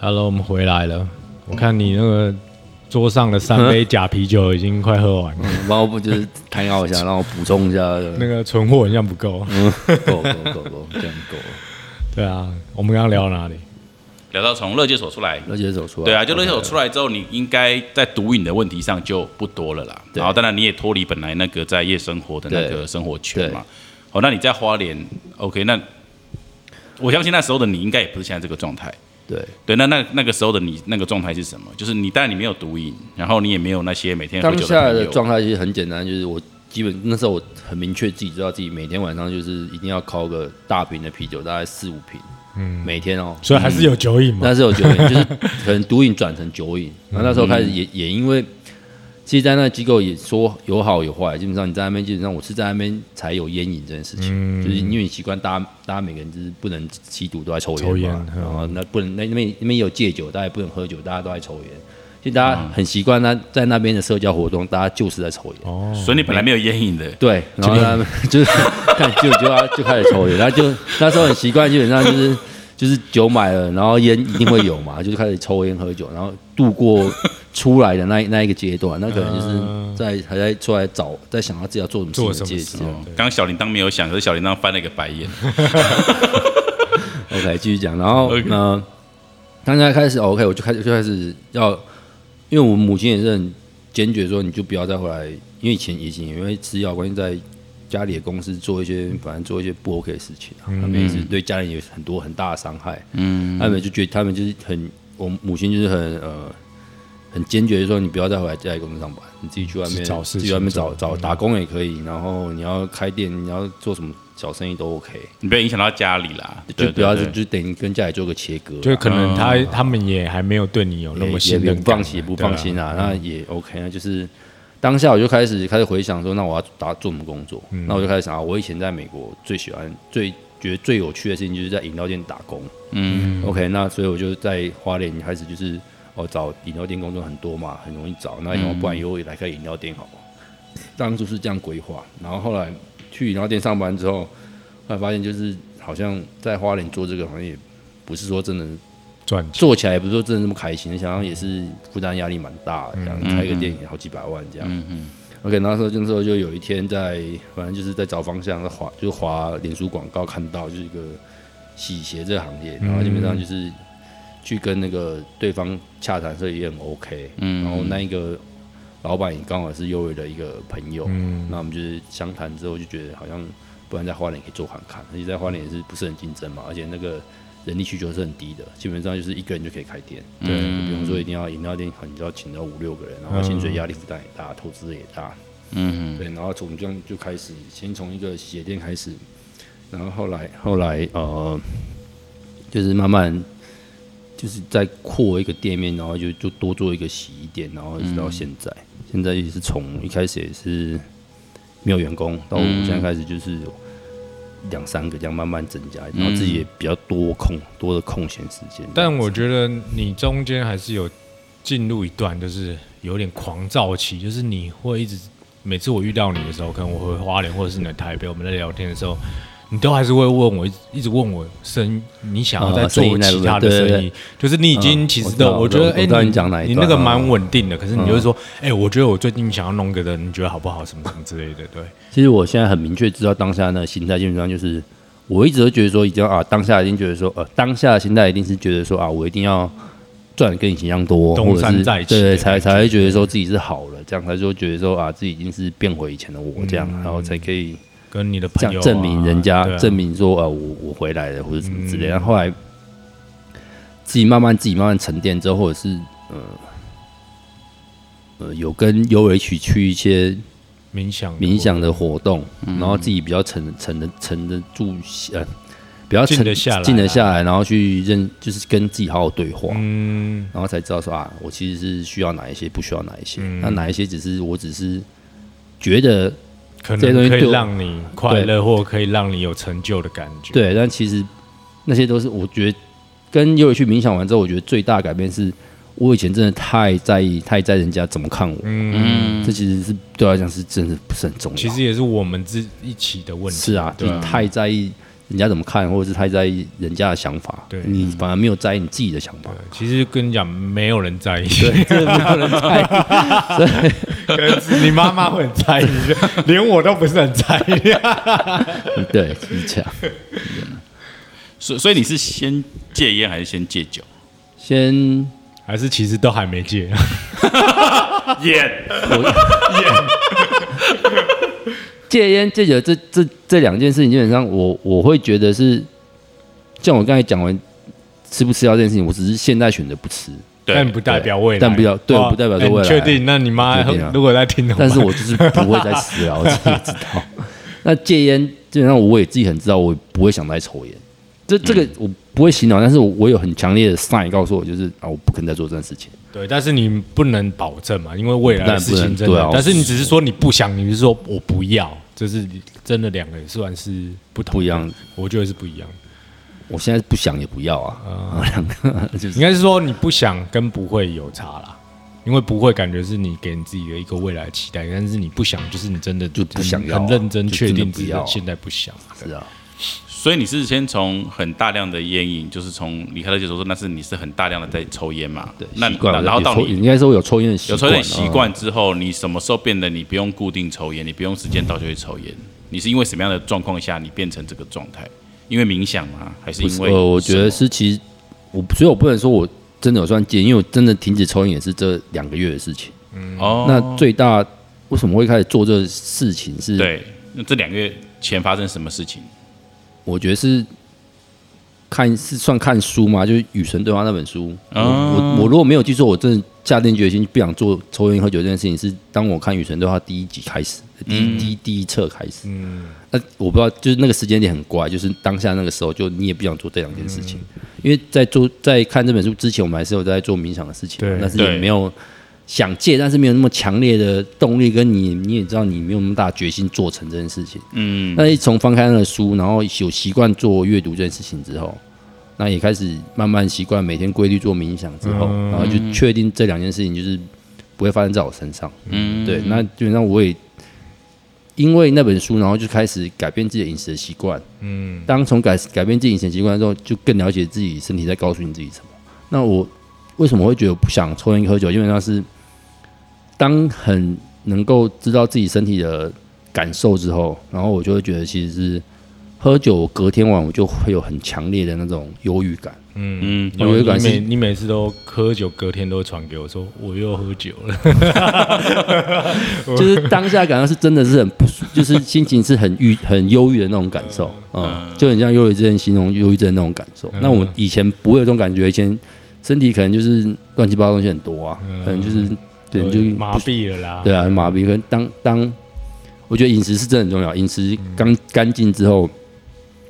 Hello，我们回来了。我看你那个桌上的三杯假啤酒已经快喝完了，帮我不就是弹好一下，让我补充一下。 那个存货好像不够。嗯，够够够够，这样够了。对啊，我们刚刚聊到哪里？聊到从乐界所出来，乐姐走出来，对啊，就乐界所出来之后，你应该在毒瘾的问题上就不多了啦。对然后当然你也脱离本来那个在夜生活的那个对生活圈嘛。好，那你在花莲，OK，那我相信那时候的你应该也不是现在这个状态。对。对，那那那个时候的你那个状态是什么？就是你当然你没有毒瘾，然后你也没有那些每天喝当酒的下朋的友。状态其实很简单，就是我基本那时候我很明确自己知道自己每天晚上就是一定要烤个大瓶的啤酒，大概四五瓶，嗯，每天哦。所以还是有酒瘾嘛？那时候酒瘾就是可能毒瘾转成酒 瘾，然后那时候开始也也因为，其实，在那机构也说有好有坏，基本上你在那边基本上我是在那边才有烟瘾这件事情，嗯就是因为你习惯大家大家每个人就是不能吸毒都在抽抽烟烟嘛，嗯然后那不能那那边那边也有戒酒，大家也不能喝酒，大家都在抽烟。其实大家很习惯，那在那边的社交活动，大家就是在抽烟。哦，所以你本来没有烟瘾的，对，然后他们 就是看就就要就开始抽烟，然后就那时候很习惯，基本上就是就是酒买了，然后烟一定会有嘛，就是开始抽烟喝酒，然后度过出来的那一那一个阶段，那可能就是在还在出来找，在想要自己要做什么嗯做事情什的么阶事段。刚刚小铃铛没有响，可是小铃铛翻了一个白眼。 OK，继续讲。然后 OK 呢，刚才开始哦 OK，我就开始就开始要，因为我母亲也是很坚决说，你就不要再回来，因为以前以前因为吃药关系，在家里的公司做一些嗯反正做一些不 OK 的事情啊，他们也是对家人有很多很大的伤害。嗯，他们就觉得他们就是很，我母亲就是很呃。很坚决地说，你不要再回来家里公司上班，你自己去外面去找事自己外面情做嗯找找打工也可以，然后你要开店，你要做什么小生意都 OK。你不要影响到家里啦，就对不要对就对就等于跟家里做个切割啦，啊就可能他他们也还没有对你有那么也信也任不感放啊，心，也不对啊放心啊，那也 OK 啊，就是当下我就开始开始回想说，那我要打做什么工作？嗯那我就开始想啊，我以前在美国最喜欢最觉得最有趣的事情就是在饮料店打工。嗯，OK，那所以我就在花莲开始就是哦找饮料店工作很多嘛，很容易找，那嗯要不然以后也来开饮料店好不好？当初是这样规划，然后后来去饮料店上班之后，后来发现就是好像在花莲做这个好像也不是说真的赚钱做起来也不是说真的那么开心，想想也是负担压力蛮大的，这样开个店也好几百万这样。OK，那时候那时候就有一天在，反正就是在找方向，在滑就滑脸书广告看到就是一个洗鞋这个行业，然后基本上就是去跟那个对方洽谈，所以也很 OK。然后那一个老板也刚好是优惠的一个朋友，那我们就是相谈之后就觉得好像不然在花莲可以做看看，而且在花莲也是不是很竞争嘛，而且那个人力需求是很低的，基本上就是一个人就可以开店，对，不用说一定要饮料店，可能就要请到五六个人，然后薪水压力负担也大，投资也大，嗯，对，然后从这样就开始，先从一个鞋店开始，然后后来后来呃，就是慢慢。就是在扩一个店面，然后就就多做一个洗衣店，然后一直到现在，现在也是从一开始也是没有员工，到我们现在开始就是有两三个这样慢慢增加，然后自己也比较多空多的空闲时间。但我觉得你中间还是有进入一段，就是有点狂躁期，就是你会一直每次我遇到你的时候，可能我回花莲或者是你的台北，我们在聊天的时候，你都还是会问我，一直一直问我生你想要再啊做生意那其部他分的对对生意，就是你已经嗯其我实知道都我我觉知道得我哎，知道你讲哪一你那段个嗯蛮稳定的，可是你就会说哎，我觉得我最近想要弄个的，你觉得好不好？什么什么之类的，对，其实我现在很明确知道当下那个心态，基本上就是我一直都觉得说，一定要啊，当下一定觉得说，呃，当下的心态一定是觉得说啊，我一定要赚得跟以前一样多，东或者山是再对起的对，感觉才才会觉得说自己是好了，这样才就觉得说啊，自己已经是变回以前的我这样，嗯然后才可以跟你的这朋友样啊证明人家、对啊嗯证明说呃我我回来了或者什么之类的。然后后来自己慢慢自己慢慢沉淀之后，或者是呃呃有跟 U H 去一些冥想冥想的活动，嗯然后自己比较沉沉的沉得住，呃，比较沉静得下来静得下来，然后去认，就是跟自己好好对话，嗯然后才知道说啊，我其实是需要哪一些，不需要哪一些，嗯那哪一些只是我只是觉得可这些东能西可以对我让你快乐，或可以让你有成就的感觉。，对，但其实那些都是我觉得跟悠悠去冥想完之后，我觉得最大的改变是我以前真的太在意太在意人家怎么看我，嗯，这其实是对我来讲是真的不是很重要，其实也是我们自一起的问题。是啊，就对啊是太在意人家怎么看，或者是太在意人家的想法，对你反而没有在意你自己的想法 对。其实跟你讲，没有人在意，对，真的没有人在意。 可能只你妈妈会很在意，连我都不是很在 意。嗯对，是这样。所所以你是先戒烟还是先戒酒？先还是其实都还没戒，烟，戒烟戒酒这这这两件事情，基本上我我会觉得是，像我刚才讲完吃不吃药这件事情，我只是现在选择不吃，但对，不代表未来，但不要对哇不代表说哎你未来确定？那你妈确定啊如果在听的话， 但是我就是不会再吃了，我自己也知道。那戒烟基本上我也自己很知道，我不会想再抽烟。这这嗯个我不会洗脑，但是我我有很强烈的 sign 告诉我，就是啊，我不可能再做这件事情。对，但是你不能保证嘛，因为未来的但事不能情真对的啊，但是你只是说你不想，你是说我不要，这是真的两个算是不同的不一样，我觉得是不一样的。我现在不想也不要嗯啊，两个就是应该是说你不想跟不会有差啦，因为不会感觉是你给你自己的一个未来期待，但是你不想就是你真的就不很想要啊很认真就确真的定不自己要啊现在不想。是啊，所以你是先从很大量的烟瘾，就是从离开了戒酒说，那是你是很大量的在抽烟嘛？对，那习惯那了然后有到抽你应该说有抽烟的习有惯，抽烟习嗯惯之后，你什么时候变得你不用固定抽烟，你不用时间到就会抽烟？你是因为什么样的状况下你变成这个状态？因为冥想吗？还是不因是，为？呃，我觉得。是其实我，所以我不能说我真的有算戒，因为我真的停止抽烟也是这两个月的事情。哦，那最大为什么会开始做这个事情是？，对，那这两个月前发生什么事情？我觉得是看是算看书嘛，就是《与神对话》那本书。我我我如果没有记错，我真的下定决心不想做抽烟喝酒这件事情，是当我看《与神对话》第一集开始，第一、第一第一册开始。嗯，那我不知道，就是那个时间点很怪，就是当下那个时候，就你也不想做这两件事情，因为在做在看这本书之前，我们还是有在做冥想的事情嘛对，但是也对没有。想戒，但是没有那么强烈的动力，跟你你也知道，你没有那么大的决心做成这件事情。嗯，那一从翻开那个书，然后有习惯做阅读这件事情之后，那也开始慢慢习惯每天规律做冥想之后，然后就确定这两件事情就是不会发生在我身上。嗯，对，那基本上我也因为那本书，然后就开始改变自己的饮食的习惯。嗯，当从改改变自己饮食习惯之后，就更了解自己身体在告诉你自己什么。那我为什么会觉得我不想抽烟喝酒？基本上是当很能够知道自己身体的感受之后，然后我就会觉得其实是喝酒隔天晚我就会有很强烈的那种忧郁感。嗯，我有一你感每是，你每次都喝酒，隔天都会传给我说我又喝酒了。就是当下感到是真的是很不舒，就是心情是很郁、很忧郁的那种感受啊、嗯，就嗯很像忧郁症形容忧郁症那种感受。那我们以前不会有这种感觉，以前身体可能就是乱七八糟东西很多啊，可能就是对对，就 麻痹了啦。对啊，麻痹跟当当，我觉得饮食是真的很重要。饮食嗯刚干净之后，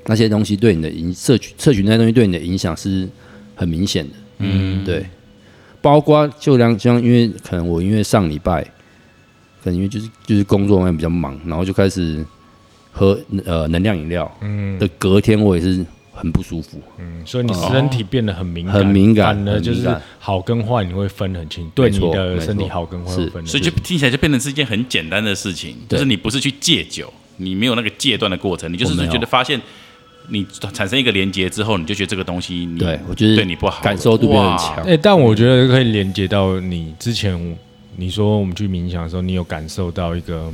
那些东西对你的影摄取摄取那些东西对你的影响是很明显的。嗯，对，包括就像像因为可能我因为上礼拜，可能因为就是就是工作方面比较忙，然后就开始喝呃能量饮料，嗯，的隔天我也是很不舒服。嗯所以你身体变得很敏感，哦很敏感反而就很敏是感好跟坏你会分得很清，对你没错的身体没错好跟坏会是分得很所以清。就听起来就变成是一件很简单的事情，嗯对就是你不是去戒酒，你没有那个戒断的过程，你就是我没有觉得发现你产生一个连接之后，你就觉得这个东西你对我就是对你不好了，感受度变得很哇强。哎、但我觉得可以连接到你之前你说我们去冥想的时候，你有感受到一个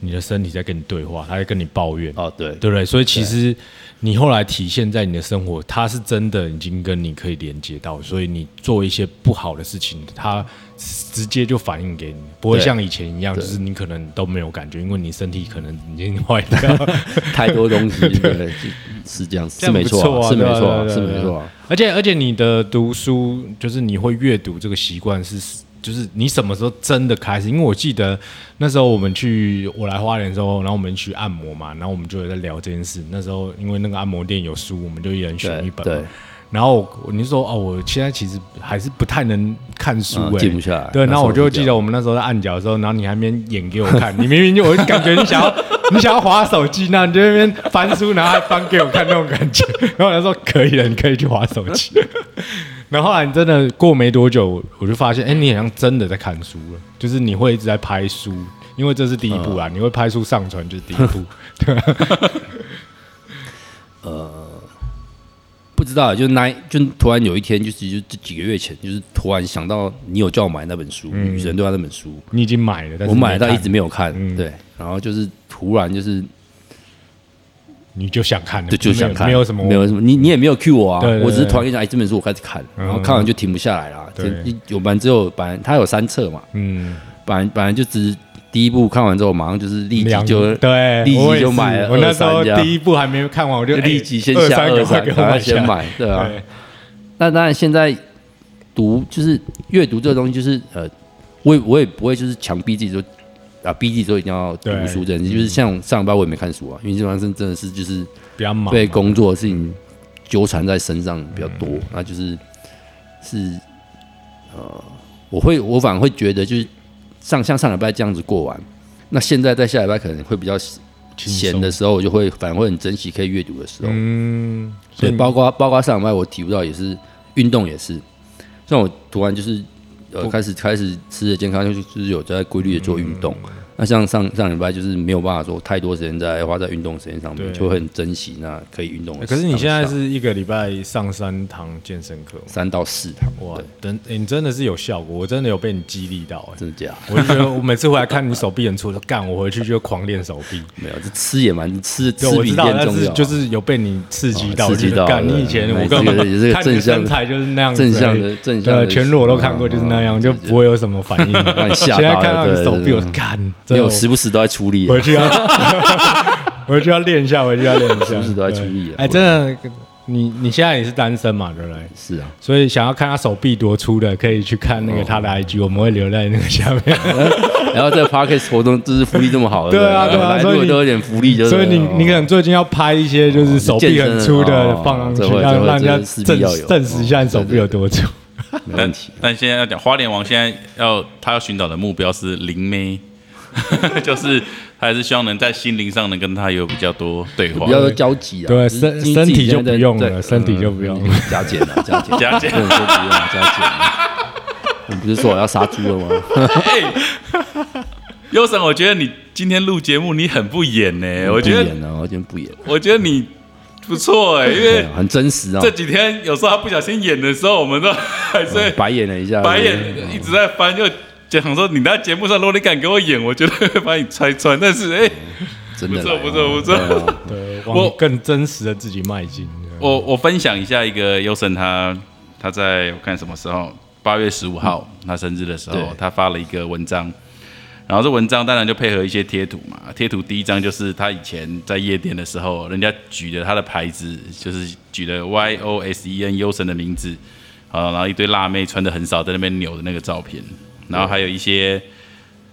你的身体在跟你对话，它在跟你抱怨，哦，对，对不对？所以其实你后来体现在你的生活，它是真的已经跟你可以连接到，所以你做一些不好的事情，它直接就反映给你，不会对像以前一样，就是你可能都没有感觉，因为你身体可能已经坏 掉。太多东西， 对，是这样，这是样没不错错啊，啊是没对啊错啊，对啊是对啊没对错啊。而且而且你的读书就是你会阅读这个习惯是就是你什么时候真的开始？因为我记得那时候我们去我来花莲的时候，然后我们去按摩嘛，然后我们就有在聊这件事。那时候因为那个按摩店有书，我们就一人选一本对嘛。对然后我你就说哦，我现在其实还是不太能看书、嗯欸，静不下来对，那然时候后我就是这记样得我们那时候在按脚的时候，然后你还没演给我看，你明明就我就感觉你想要你想要划手机，那你就在那边翻书，然后还翻给我看那种感觉。然后他说可以了，你可以去划手机。 然后后来你真的过没多久，我就发现，哎、你好像真的在看书了，就是你会一直在拍书，因为啊这是第一步啦，你会拍书上传就是第一步。对啊，不知道，就那一就突然有一天，就是就这几个月前，就是突然想到你有叫我买那本书，女神对话》那本书，你已经买了，但是我嗯买没到看一直没有看，嗯对，然后就是突然就是你就想看了，对，就想看，没有没有什么，没有什么，你你也没有 cue 我啊，对对对嗯我只是突然跟你讲，哎，这本书我开始看，然后看完就停不下来啦。对这一有本来只有本来它有三册嘛，嗯，本来本来就只第一部看完之后，马上就是立即两就对，立我即也就是买了我那二时三候这样，第一部还没看完，我就就哎立即先下三二赶快三，给我赶快买先下，买，对啊。对，那当然，现在读就是阅读这个东西，就是呃，我也我也不会就是强逼自己说啊，逼自己说一定要读对书这样，就是像上礼拜我也没看书啊，因为基本上真真的是就是呃比较忙嘛，被工作的事情纠缠在身上比较多，那就是是呃，我会我反而会觉得就是上像上礼拜这样子过完，那现在在下礼拜可能会比较轻松闲的，时候，我就会反而会很珍惜可以阅读的时候。嗯，所对，以包括包括上礼拜我体悟到也是运动也是，像我突然就是呃开始开始吃的健康，就是就是有在规律的做运嗯动。那像上上礼拜就是没有办法说太多时间在花在运动时间上面，对就会很珍惜那可以运动欸的时可间。是你现在是一个礼拜上三堂健身课吗，三到四堂，哇，等、欸你真的是有效果，我真的有被你激励到、欸，真的假？我就觉得我每次回来看你手臂很粗，就干，我回去就狂练手臂。没有，这吃也蛮吃对，吃我比知道，练但重是要啊，就是有被你刺激到，哦刺激到我就觉得干对你以前那我你根本这个也是个看你的正向身材就是那样子而已，正向的正向的哦对，全裸都看过，就是那样，就不会有什么反 应。把你吓现在到看到了你对手臂，对我对干，没真的有我时不时都在出力啊， 回去 要，回去要练一下，回去要练一下，时不时都在出对力啊哎，真的，你你现在也是单身嘛，对不对？是啊，所以想要看他手臂多粗的，可以去看哦那个他的 IG，我们会留在那个下面。然后这个 podcast 活动就是福利这么好， 对啊对啊来所以如果你都有点福利，就是所以你你可能最近要拍一些就是手臂很粗的哦放上这去，会这让会让人这家势必证要有证实一下你手臂有多粗。没问但题。但现在要讲花莲王，现在要他要寻找的目标是灵妹， 就是他还是希望能在心灵上能跟他有比较多对话比。较多 交集啊，对就是身因为自己身体就现在不用了 对身体就不用了嗯加减 了，加减，加减真的就不用了加减了。 我不是说我要杀猪了吗？优神，我觉得你今天录节目你很不演呢、哎我觉不得演了，我今天不演了，我觉得你不错哎、因对为啊，很真实啊这，几天有时候他不小心演的时候，我们都还是会白演了一下，嗯白对眼一直在翻，就想说你在节目上，如果你敢给我演，我绝对会把你拆穿。但是哎、真的来啊不错不错不错对啊对，我往更真实的自己迈进。我我分享一下一个优胜他他在我看什么时候，八月十五号、他生日的时候对，他发了一个文章，然后这文章当然就配合一些贴图嘛。贴图第一张就是他以前在夜店的时候，人家举着他的牌子，就是举着 Y O S E N 优胜的名字，啊，然后一堆辣妹穿的很少在那边扭的那个照片，然后还有一些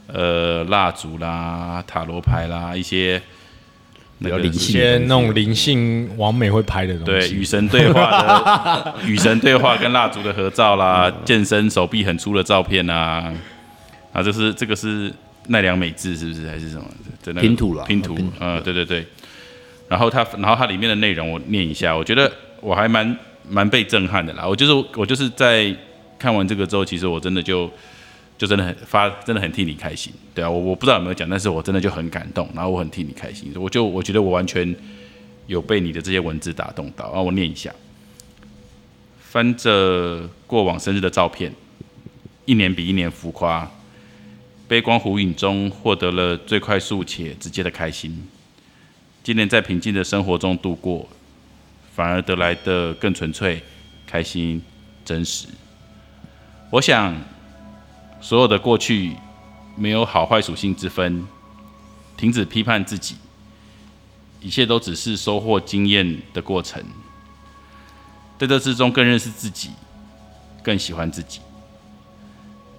呃蜡烛啦、塔罗牌啦一些。那比较个灵一性些那种灵性完美会拍的东对，与西，神对话的与神对话跟蜡烛的合照嗯啦，健身手臂很粗的照片啊，啊，这是这个是奈良美智是不是还是什么？真的拼图啦哦拼图拼图，嗯、对对对。然后它然后它里面的内容我念一下，我觉得我还蛮蛮被震撼的啦。我就是我就是在看完这个之后，其实我真的就就真的很发，真的很替你开心，对啊，我我不知道有没有讲，但是我真的就很感动，然后我很替你开心，我就我觉得我完全有被你的这些文字打动到，然后我念一下，翻着过往生日的照片，一年比一年浮夸，悲观湖影中获得了最快速且直接的开心，今年在平静的生活中度过，反而得来的更纯粹、开心、真实。我想。所有的过去没有好坏属性之分，停止批判自己，一切都只是收获经验的过程。在这之中，更认识自己，更喜欢自己。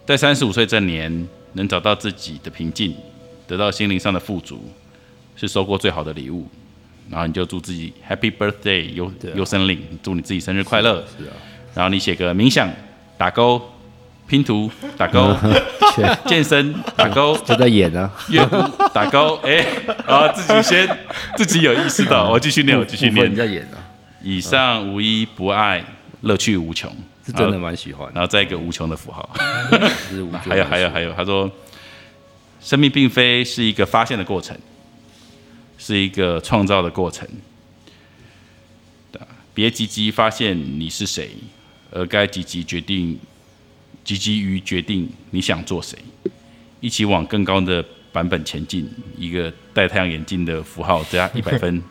在三十五岁这年，能找到自己的平静，得到心灵上的富足，是收获最好的礼物。然后你就祝自己 Happy Birthday，优啊优森林，祝你自己生日快乐。是啊，然后你写个冥想打勾，拼图打 勾，切健身打勾，都啊嗯在演啊，阅读打勾，哎、啊，自己先自己有意识到，我继续念，我继续嗯部分人念。在演啊，以上无一不爱，乐趣无穷，是真的然后？蛮喜欢的，然后再一个无穷的符号，就是我觉得啊还蛮有还有喜欢还有，他说，生命并非是一个发现的过程，是一个创造的过程。别积极发现你是谁，而该积极决定，积极于决定你想做谁，一起往更高的版本前进。一个戴太阳眼镜的符号加一百分，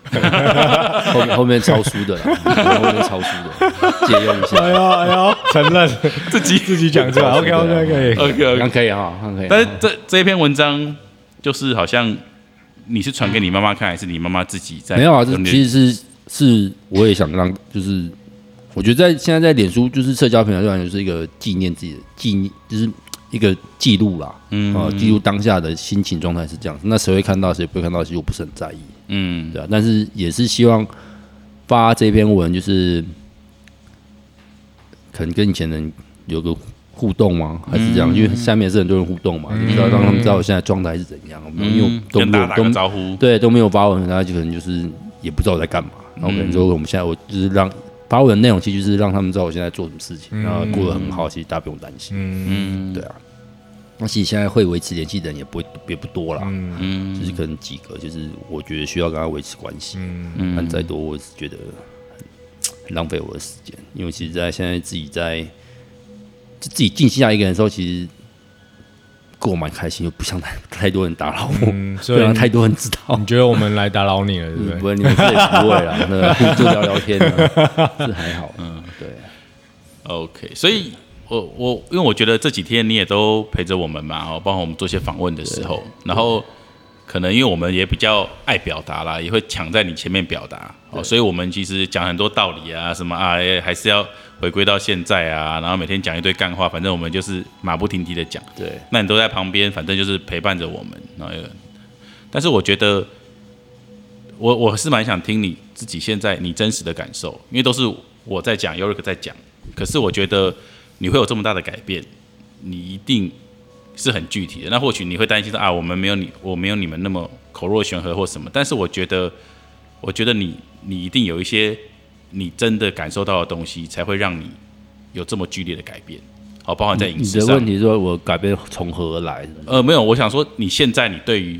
后面后面超书的啦，嗯后面超书的，借用一 下。哎呦哎 呦，承认 自己自己讲出来。OK OK OK， OK OK 刚可以哈，刚可以。呃但是这这一篇文章就是好像你是传给你妈妈看，还是你妈妈自己在？没有啊，这用脸其实是是我也想让，就是我觉得在现在在脸书就是社交平台上就是一个纪念自己的纪，就是一个记录啦，嗯啊，记录当下的心情状态是这样子。那谁会看到，谁不会看到，其实我不是很在意，嗯，对啊。但是也是希望发这篇文，就是可能跟以前人有个。互动吗？还是这嗯样？因为下面也是很多人互动嘛，你知道让他们知道我现在状态是怎样。我们又都嗯跟没大有家嗯打都个招呼。对，都没有发文，他就可能就是也不知道我在干嘛。然后可能说我们现在我就是让发文的内容，其实就是让他们知道我现在在做什么事情，然后过得很好，其实大家不用担心。嗯，对啊。那其实现在会维持联系的人也不会也不多啦，嗯，就是可能几个，就是我觉得需要跟他维持关系，嗯，但再多我是觉得很很浪费我的时间，因为其实，在现在自己在就自己静下一个人的时候，其实过得蛮开心，又不想太 太多人打扰我，嗯所不以然太多人知道，你觉得我们来打扰你了，对不嗯不对？会，你们这也不会啦，啊那就聊聊天啊，是还好，嗯，对， OK，所以我我因为我觉得这几天你也都陪着我们嘛，哦，包括我们做一些访问的时候，然后可能因为我们也比较爱表达啦，也会抢在你前面表达哦，所以我们其实讲很多道理啊，什么啊，哎还是要回归到现在啊，然后每天讲一堆干话，反正我们就是马不停蹄的讲。对，那你都在旁边，反正就是陪伴着我们。然后有，但是我觉得，我我是蛮想听你自己现在你真实的感受，因为都是我在讲，Yorick 在讲。可是我觉得你会有这么大的改变，你一定是很具体的。那或许你会担心说啊，我们没有你，我没有你们那么口若悬河或什么。但是我觉得，我觉得你你一定有一些你真的感受到的东西，才会让你有这么剧烈的改变。好，包含在饮你食的上。问题是说我改变从何而来？呃，没有，我想说，你现在你对于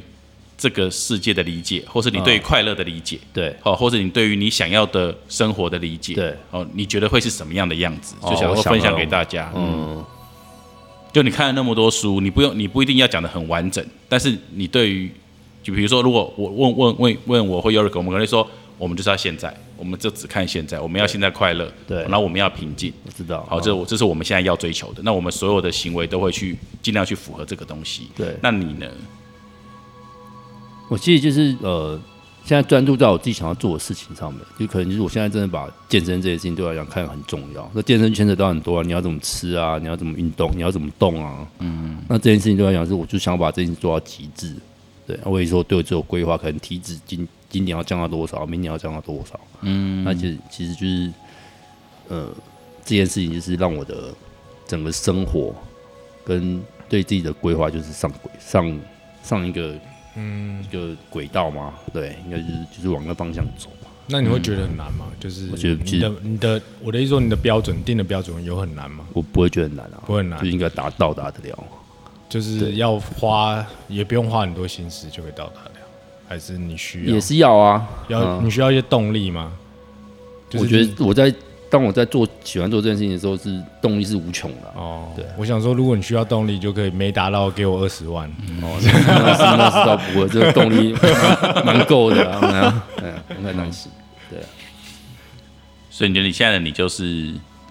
这个世界的理解，或是你对于啊快乐的理解，对，哦，或是你对于你想要的生活的理解，对，哦，你觉得会是什么样的样子？哦就想我说想分享到给大家。嗯，就你看了那么多书，你不用，你不一定要讲的很完整，但是你对于，就比如说，如果我问问问问我或 Yorick，我们可能会说，我们就是要现在，我们就只看现在，我们要现在快乐，对然后我们要平静，我知道，好，这我这是我们现在要追求的。那我们所有的行为都会去尽量去符合这个东西。对那你呢？我其实就是呃，现在专注在我自己想要做的事情上面，就可能就是我现在真的把健身这件事情对我来讲看得很重要。那健身牵扯到很多啊，你要怎么吃啊，你要怎么运动，你要怎么动啊，嗯，那这件事情对我来讲是，我就想把这件事情做到极致。对，我也说对我这种规划，可能体脂今今年要降到多少，明年要降到多少，嗯，那其实其实就是呃，这件事情就是让我的整个生活跟对自己的规划就是上轨上上一个一个轨道嘛，对，应该就是就是往那方向走嘛。那你会觉得很难吗？就是我觉得其你实的你的，我的意思说，你的标准定的标准有很难吗？我不会觉得很难啊，不会很难就应该达到达得了。就是要花，也不用花很多心思就可以到达了，还是你需要也是要啊，要你需要一些动力吗？就是我觉得我在当我在做喜欢做这件事情的时候，是动力是无穷的啊、哦，对，我想说，如果你需要动力，就可以没达到给我二十万。哦，那是那是倒不会，这个动力蛮够的啊，对啊对啊不太担心。所以你觉得你现在的你就是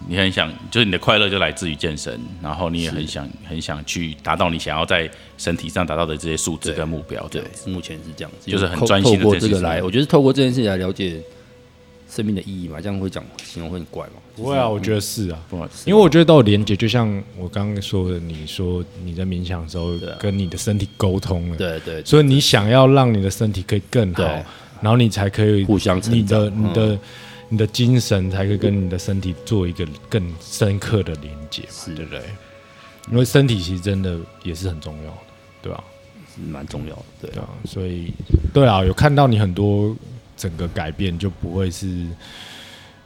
你很想，就是你的快乐就来自于健身，然后你也很想很想去达到你想要在身体上达到的这些数字跟目标，对对，，目前是这样子，就是很透专心透地过这件事这情个来，我觉得透过这件事情来了解生命的意义嘛，这样会讲形容会很怪嘛。不会啊，我觉得是啊，不好意思因为我觉得都有连接，就像我刚刚说的，你说你在冥想的时候对啊跟你的身体沟通了，，对对，所以你想要让你的身体可以更好对，然后你才可以互相成你长嗯的你的你的精神才可以跟你的身体做一个更深刻的连接嘛，对不对？因为身体其实真的也是很重要的，对吧、是蛮重要的。对对，啊，所以对啊，有看到你很多整个改变，就不会是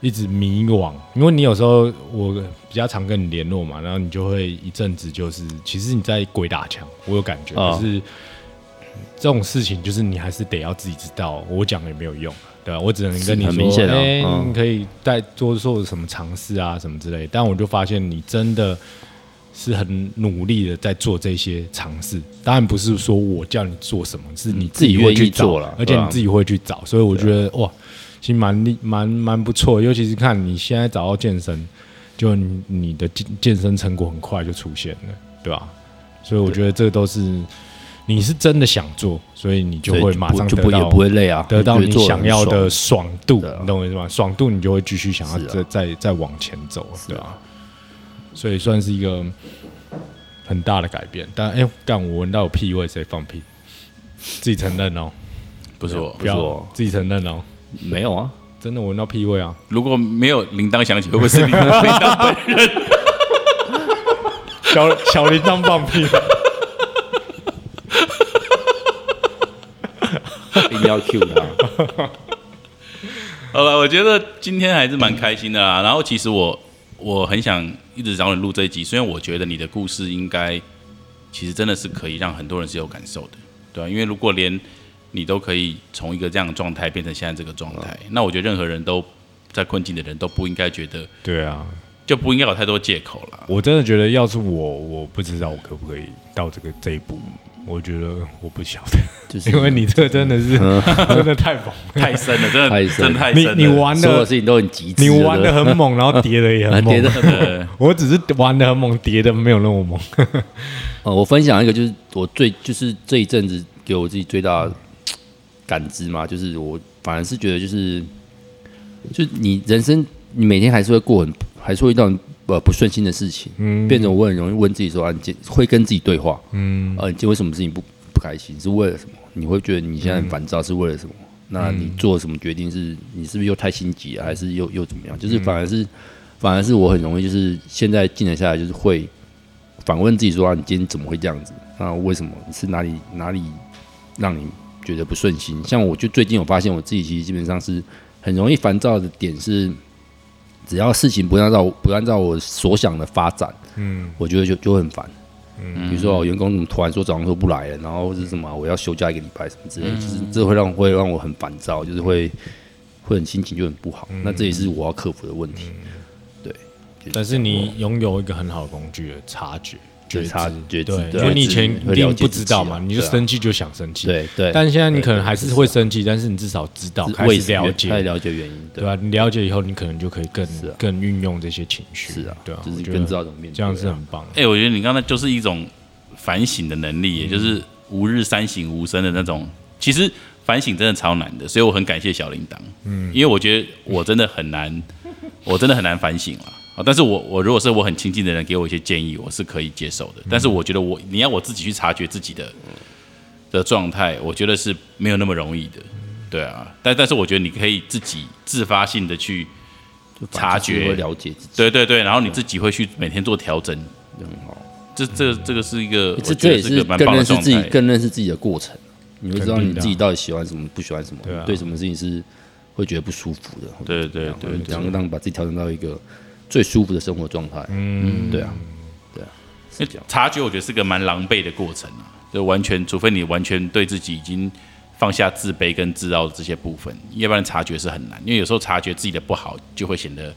一直迷惘，因为你有时候我比较常跟你联络嘛，然后你就会一阵子就是，其实你在鬼打墙，我有感觉，啊就是这种事情，就是你还是得要自己知道，我讲也没有用啊，对吧？我只能跟你很明说，显啊哎、嗯你可以再多做什么尝试啊，什么之类。但我就发现你真的是很努力的在做这些尝试。当然不是说我叫你做什么，是你嗯自己会去愿意找做啦而且对你啊自己会去找。所以我觉得哇，其实蛮厉蛮蛮不错，尤其是看你现在找到健身，就你你的健健身成果很快就出现了，对吧？所以我觉得这都是你是真的想做，所以你就所以会就马不上就得不也到不会累啊得到你你就会做得想很要的爽爽度，对啊你懂我意思吗？爽度你就会继续想要是啊再再再往前走，啊对吧？所以算是一个很大的改变。但哎呦，干我闻到有屁味，谁放屁？自己承认哦，不是我不。是要我自己承认哦，没有啊，真的我闻到屁味啊！如果没有铃铛响起，会不会是铃铃铛本人？小小铃铛放屁， 啊一定要 Q 他。好了，我觉得今天还是蛮开心的啦。然后其实我我很想一直找你录这一集，虽然我觉得你的故事应该其实真的是可以让很多人是有感受的，对啊，因为如果连你都可以从一个这样的状态变成现在这个状态，那我觉得任何人都在困境的人都不应该觉得 对啊，就不应该有太多借口啦。我真的觉得，要是我，我不知道我可不可以到这个这一步。我觉得我不晓得，就是因为你这个真的 是真的太猛了，太深了，真的太深真的太你深了。你玩所有的事情都很极致，你玩的对啊很猛，然后叠的也很 不对猛跌。得对我只是玩的很猛，叠的没有那么猛。呃，我分享一个，就是我最就是这一阵子给我自己最大的感知嘛，就是我反而是觉得就是，就你人生你每天还是会过很还是会遇到呃不顺心的事情，嗯，变成我很容易问自己说啊，你今会跟自己对话，嗯，呃，你今天为什么事情不不开心，是为了什么？你会觉得你现在很烦躁是为了什么？那你做什么决定是你是不是又太心急了，还是又又怎么样？就是反而是、反而是我很容易就是现在静得下来，就是会。反问自己说、啊：“你今天怎么会这样子？那为什么？你是哪里哪里让你觉得不顺心？”像我就最近有发现，我自己其实基本上是很容易烦躁的点是，只要事情不按照我不按照我所想的发展，嗯，我觉得就就会很烦。嗯，比如说、哦、员工怎么突然说早上说不来了，然后或者是什么啊我要休假一个礼拜什么之类的，就是这会让会让我很烦躁，就是会会很心情就很不好。那这也是我要克服的问题。但是你拥有一个很好的工具了，察觉、觉对知察觉知对，对因为你以自己前一会了定解不自知己道啊嘛，你就对啊生气就想生气，对对，但现在你可能对还是会生气，但是你至少知道，开为始了解，太了解原因，对对吧、你了解以后，你可能就可以更啊更运用这些情绪，是啊，对啊，就我是觉更得知道怎么面对。这样是很棒的。哎、我觉得你刚才就是一种反省的能力，也就是吾日三省吾身的那种。其实反省真的超难的，所以我很感谢小铃铛，嗯，因为我觉得我真的很难，我真的很难反省了。啊，但是我我如果是我很亲近的人给我一些建议，我是可以接受的。但是我觉得我你要我自己去察觉自己的的状态，我觉得是没有那么容易的，对啊。但但是我觉得你可以自己自发性的去察就是觉会了解自己，对对对，然后你嗯自己会去每天做调整，这这这个是一这个，我觉这得也一是个蛮更棒的认识状自己、态。更认识自己的过程。你会知道肯你定的啊自己到底喜欢什么，不喜欢什么，啊对什么事情是会觉得不舒服的。对对对对然后让把自己调整到一个最舒服的生活状态。嗯，对啊，因为察觉我觉得是个蛮狼狈的过程啊，就完全，除非你完全对自己已经放下自卑跟自傲的这些部分，要不然察觉是很难。因为有时候察觉自己的不好，就会显得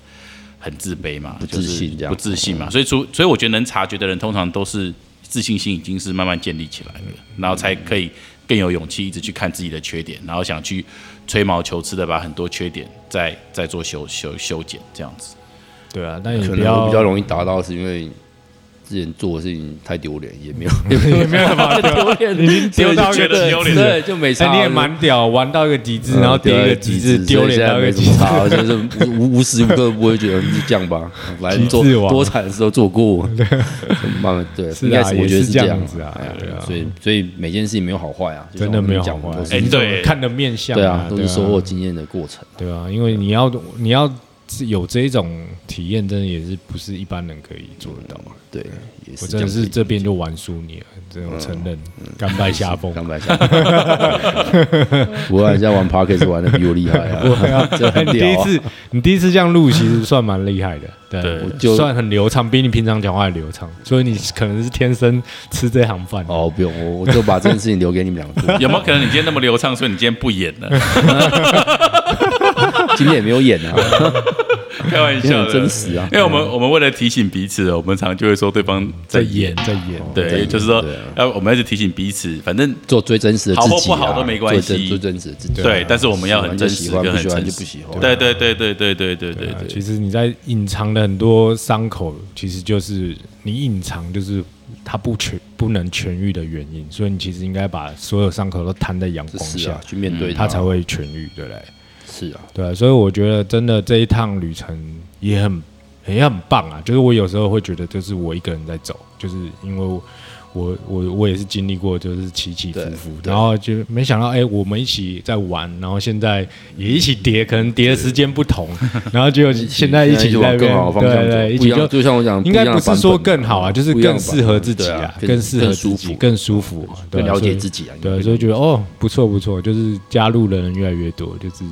很自卑嘛，不自信这样嗯不自信嘛。所以除所以我觉得能察觉的人，通常都是自信心已经是慢慢建立起来嗯的，然后才可以更有勇气一直去看自己的缺点，然后想去吹毛求疵的把很多缺点再再做修修修剪这 样子。对啊，但也不可能我要比较容易达到，是因为之前做的事情太丢脸，也没有 也没有吧？丢脸，已经丢到一个丢脸对，就没哎，差。你也蛮屌，玩到一个极致，然后第叠一个极致，丢脸到一个没什极么致。差，就是无无无时无刻不会觉得嗯是这 样吧。反正做极致王多惨的事都 做过，慢慢对，是啊应该是我也觉得是这这样样子啊哎呀对啊所以所以每件事情没有好坏啊，就真像的没有我好们讲坏的都，是哎你对怎么看的面相对啊，都对是啊收获经验的过程。对啊，因为你要你要有这种体验，真的也是不是一般人可以做得到。对，也是我这真的样是子这边就玩输你了，这种承认甘拜下风。 刚来下。不过人家玩 Parkes 玩的比我厉害 啊，这很你第一屌啊！次，你第一次这样录，其实算蛮厉害的，对，啊对我就算很流畅，比你平常讲话还流畅，所以你可能是天生吃这行饭。哦，不用，我我就把这件事情留给你们两个做。有没有可能你今天那么流畅，所以你今天不演了？今天也没有演 啊，开玩 笑的，很真实啊因为我们我们为了提醒彼此，我们常就会说对方在在演哦演，，在演，在对，演就是说呃对啊，要我们一直提醒彼此，反正做最真实的自好或己啊，不好都没关系做真做真实的自己。对，但是我们要很真啊实喜欢就跟喜欢很不喜欢就诚实不喜欢。对对对对对对对对啊对，其实你在隐藏的很多伤口，其实就是你隐藏，就是它不痊不能痊愈的原因。所以你其实应该把所有伤口都摊在阳光这是下啊，，去面对嗯它才会痊愈，对不对？是啊，对啊，所以我觉得真的这一趟旅程也很也很棒啊。就是我有时候会觉得，就是我一个人在走，就是因为我我我我也是经历过，就是起起伏伏，对对然后就没想到哎、我们一起在玩，然后现在也一起叠，可能叠的时间不 同，然后就现在一起在那往更边好的方向对走，对，一不起一样。就就像我讲，应该不一样不的版是本说更好啊，就是不一样更的版本适合自己对啊啊，更适合自更舒己，服更舒服，对更啊了所以解自己啊。对，所以觉得哦，不错不错，就是加入的人越来越多，就是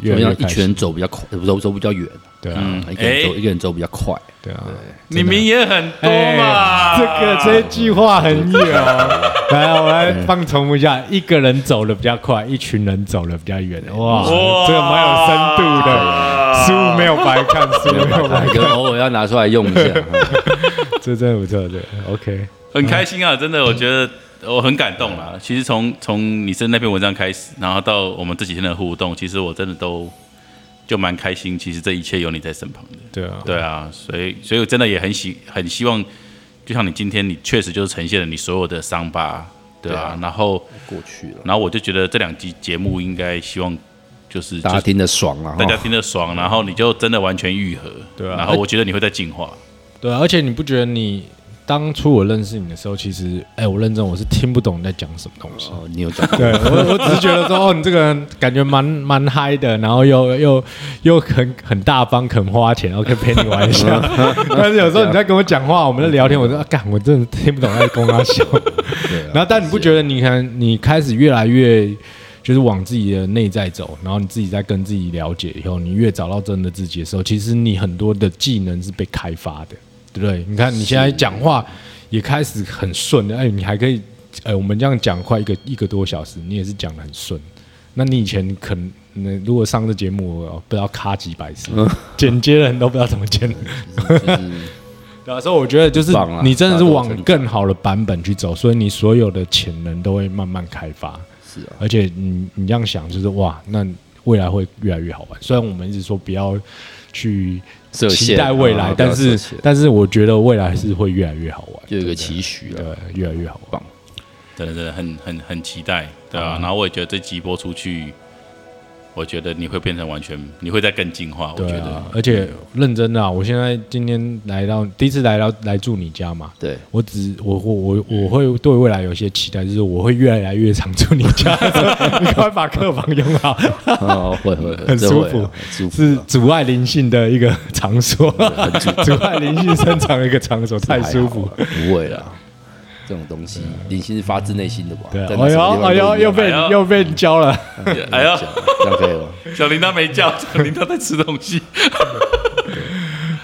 越怎来越么样开一群心人走比较快，呃不走走比较远，对啊，嗯一个人走哎一个人走比较 快。对啊，你们也很多嘛，哎这个这一句话很远 哦。来，我来放重复一下：一个人走的比较快，一群人走的比较远。哇，哇这个蛮有深度的，书没有白看，书没有白看，哎 可能偶尔要拿出来用一下，啊这真的不错，对，OK。很开心啊，真的，我觉得我很感动啦。其实从从你是那篇文章开始，然后到我们这几天的互动，其实我真的都就蛮开心。其实这一切有你在身旁的，对啊，对啊，所以所以我真的也很希很希望，就像你今天，你确实就是呈现了你所有的伤疤，对对啊啊，然后过去了，然后我就觉得这两集节目应该希望就是大就家是听得爽了大家哈。听得爽，然后你就真的完全愈合，对啊然后我觉得你会再进化，对啊，而且你不觉得你当初我认识你的时候，其实，哎，我认真，我是听不懂你在讲什么东西。哦，你有讲过对我，我只是觉得说，哦，你这个人感觉蛮蛮嗨的，然后又又又很很大方，肯花钱，然后可以陪你玩一下。但是有时候你在跟我讲话，我们在聊天，我说啊干、我真的听不懂在跟他笑。对啊然后，但你不觉得你看你开始越来越就是往自己的内在走，然后你自己在跟自己了解以后，你越找到真的自己的时候，其实你很多的技能是被开发的，对不对？你看你现在讲话也开始很顺的，哎，你还可以，哎，我们这样讲快一个一个多小时，你也是讲的很顺。那你以前可能，那如果上这节目，我不知道卡几百 次，剪接的人都不知道怎么剪。对啊，所以我觉得就是棒啊你真的是大家都往成长更好的版本去走，所以你所有的潜能都会慢慢开发。是啊，而且你你这样想，就是哇，那未来会越来越好玩。虽然我们一直说不要去设期限待未啊来，不要但是设限但是我觉得未来是会越来越好玩，就有一个啊期许了。对，越来越好玩。真的真的很很很期待，对啊。然后我也觉得这集播出去，我觉得你会变成完全，你会再更进化。我觉对得 啊，而且认真的、啊，我现在今天来到第一次来到来住你家嘛，对，我只我我我我会对未来有一些期待，就是我会越来越常住你家， 你赶快把客房用好，哦，会会会，很真舒会啊服很舒服是啊，阻碍灵性的一个场所，很阻碍灵性生长的一个场所，太舒服还好。啦不会啦，这种东西，灵性是发自内心的吧？对啊，在哪哎什呦么地方哎呦，都一样又被哎呦又被你教了，哎呦，这样可以吗？小铃铛没叫，小铃铛在吃东西，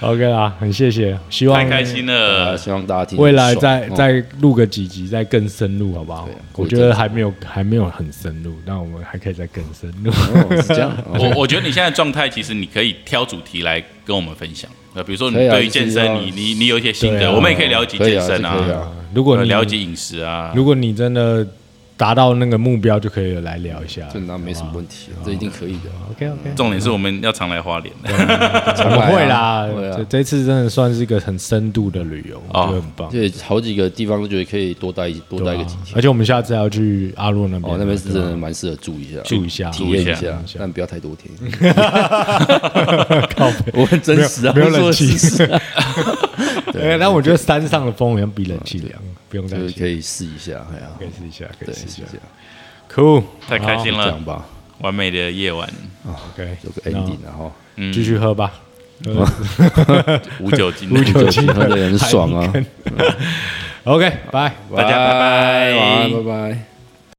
OK 啦，很谢谢，希望太开心呃，了。希望大家听得未来爽再嗯再录个几集，再更深入，好不好对啊？我觉得还没有还没有很深入，那我们还可以再更深入。哦是这 样，哦我我觉得你现在状态，其实你可以挑主题来跟我们分享。那比如说你可以啊对于健就是要身，你你你有一些心对啊得，我们也可以聊一集可以健啊身这可以啊，啊 如果你聊一集饮食啊。如果你真的达到那个目标，就可以来聊一下。这那没什么问题啊，这一定可以的。 OK OK，重点是我们要常来花莲，我们会啦会，啊这这次真的算是一个很深度的旅游，我哦觉得很棒。对，好几个地方都觉得可以多待一多对待啊个几天。而且我们下次还要去阿洛那边啊哦嘛，，那边是真对的蛮适合住一下，住一下体验一住下一下，但不要太多天。吧靠北 我很真实啊，没有我说冷的气是实 啊，哎，但我觉得山上的风好像比冷气凉，不用担就是心。可以试一下，哎呀可，以试一下，可对，以试试一一下下，。 Cool，太开心这了样，吧，完美的夜晚。好。OK，有个嗯 ending 啊然后继续喝吧。 无酒精的，无酒酒精 精喝的人爽啊！ OK，拜。大家拜拜啊晚哎安，晚安拜拜。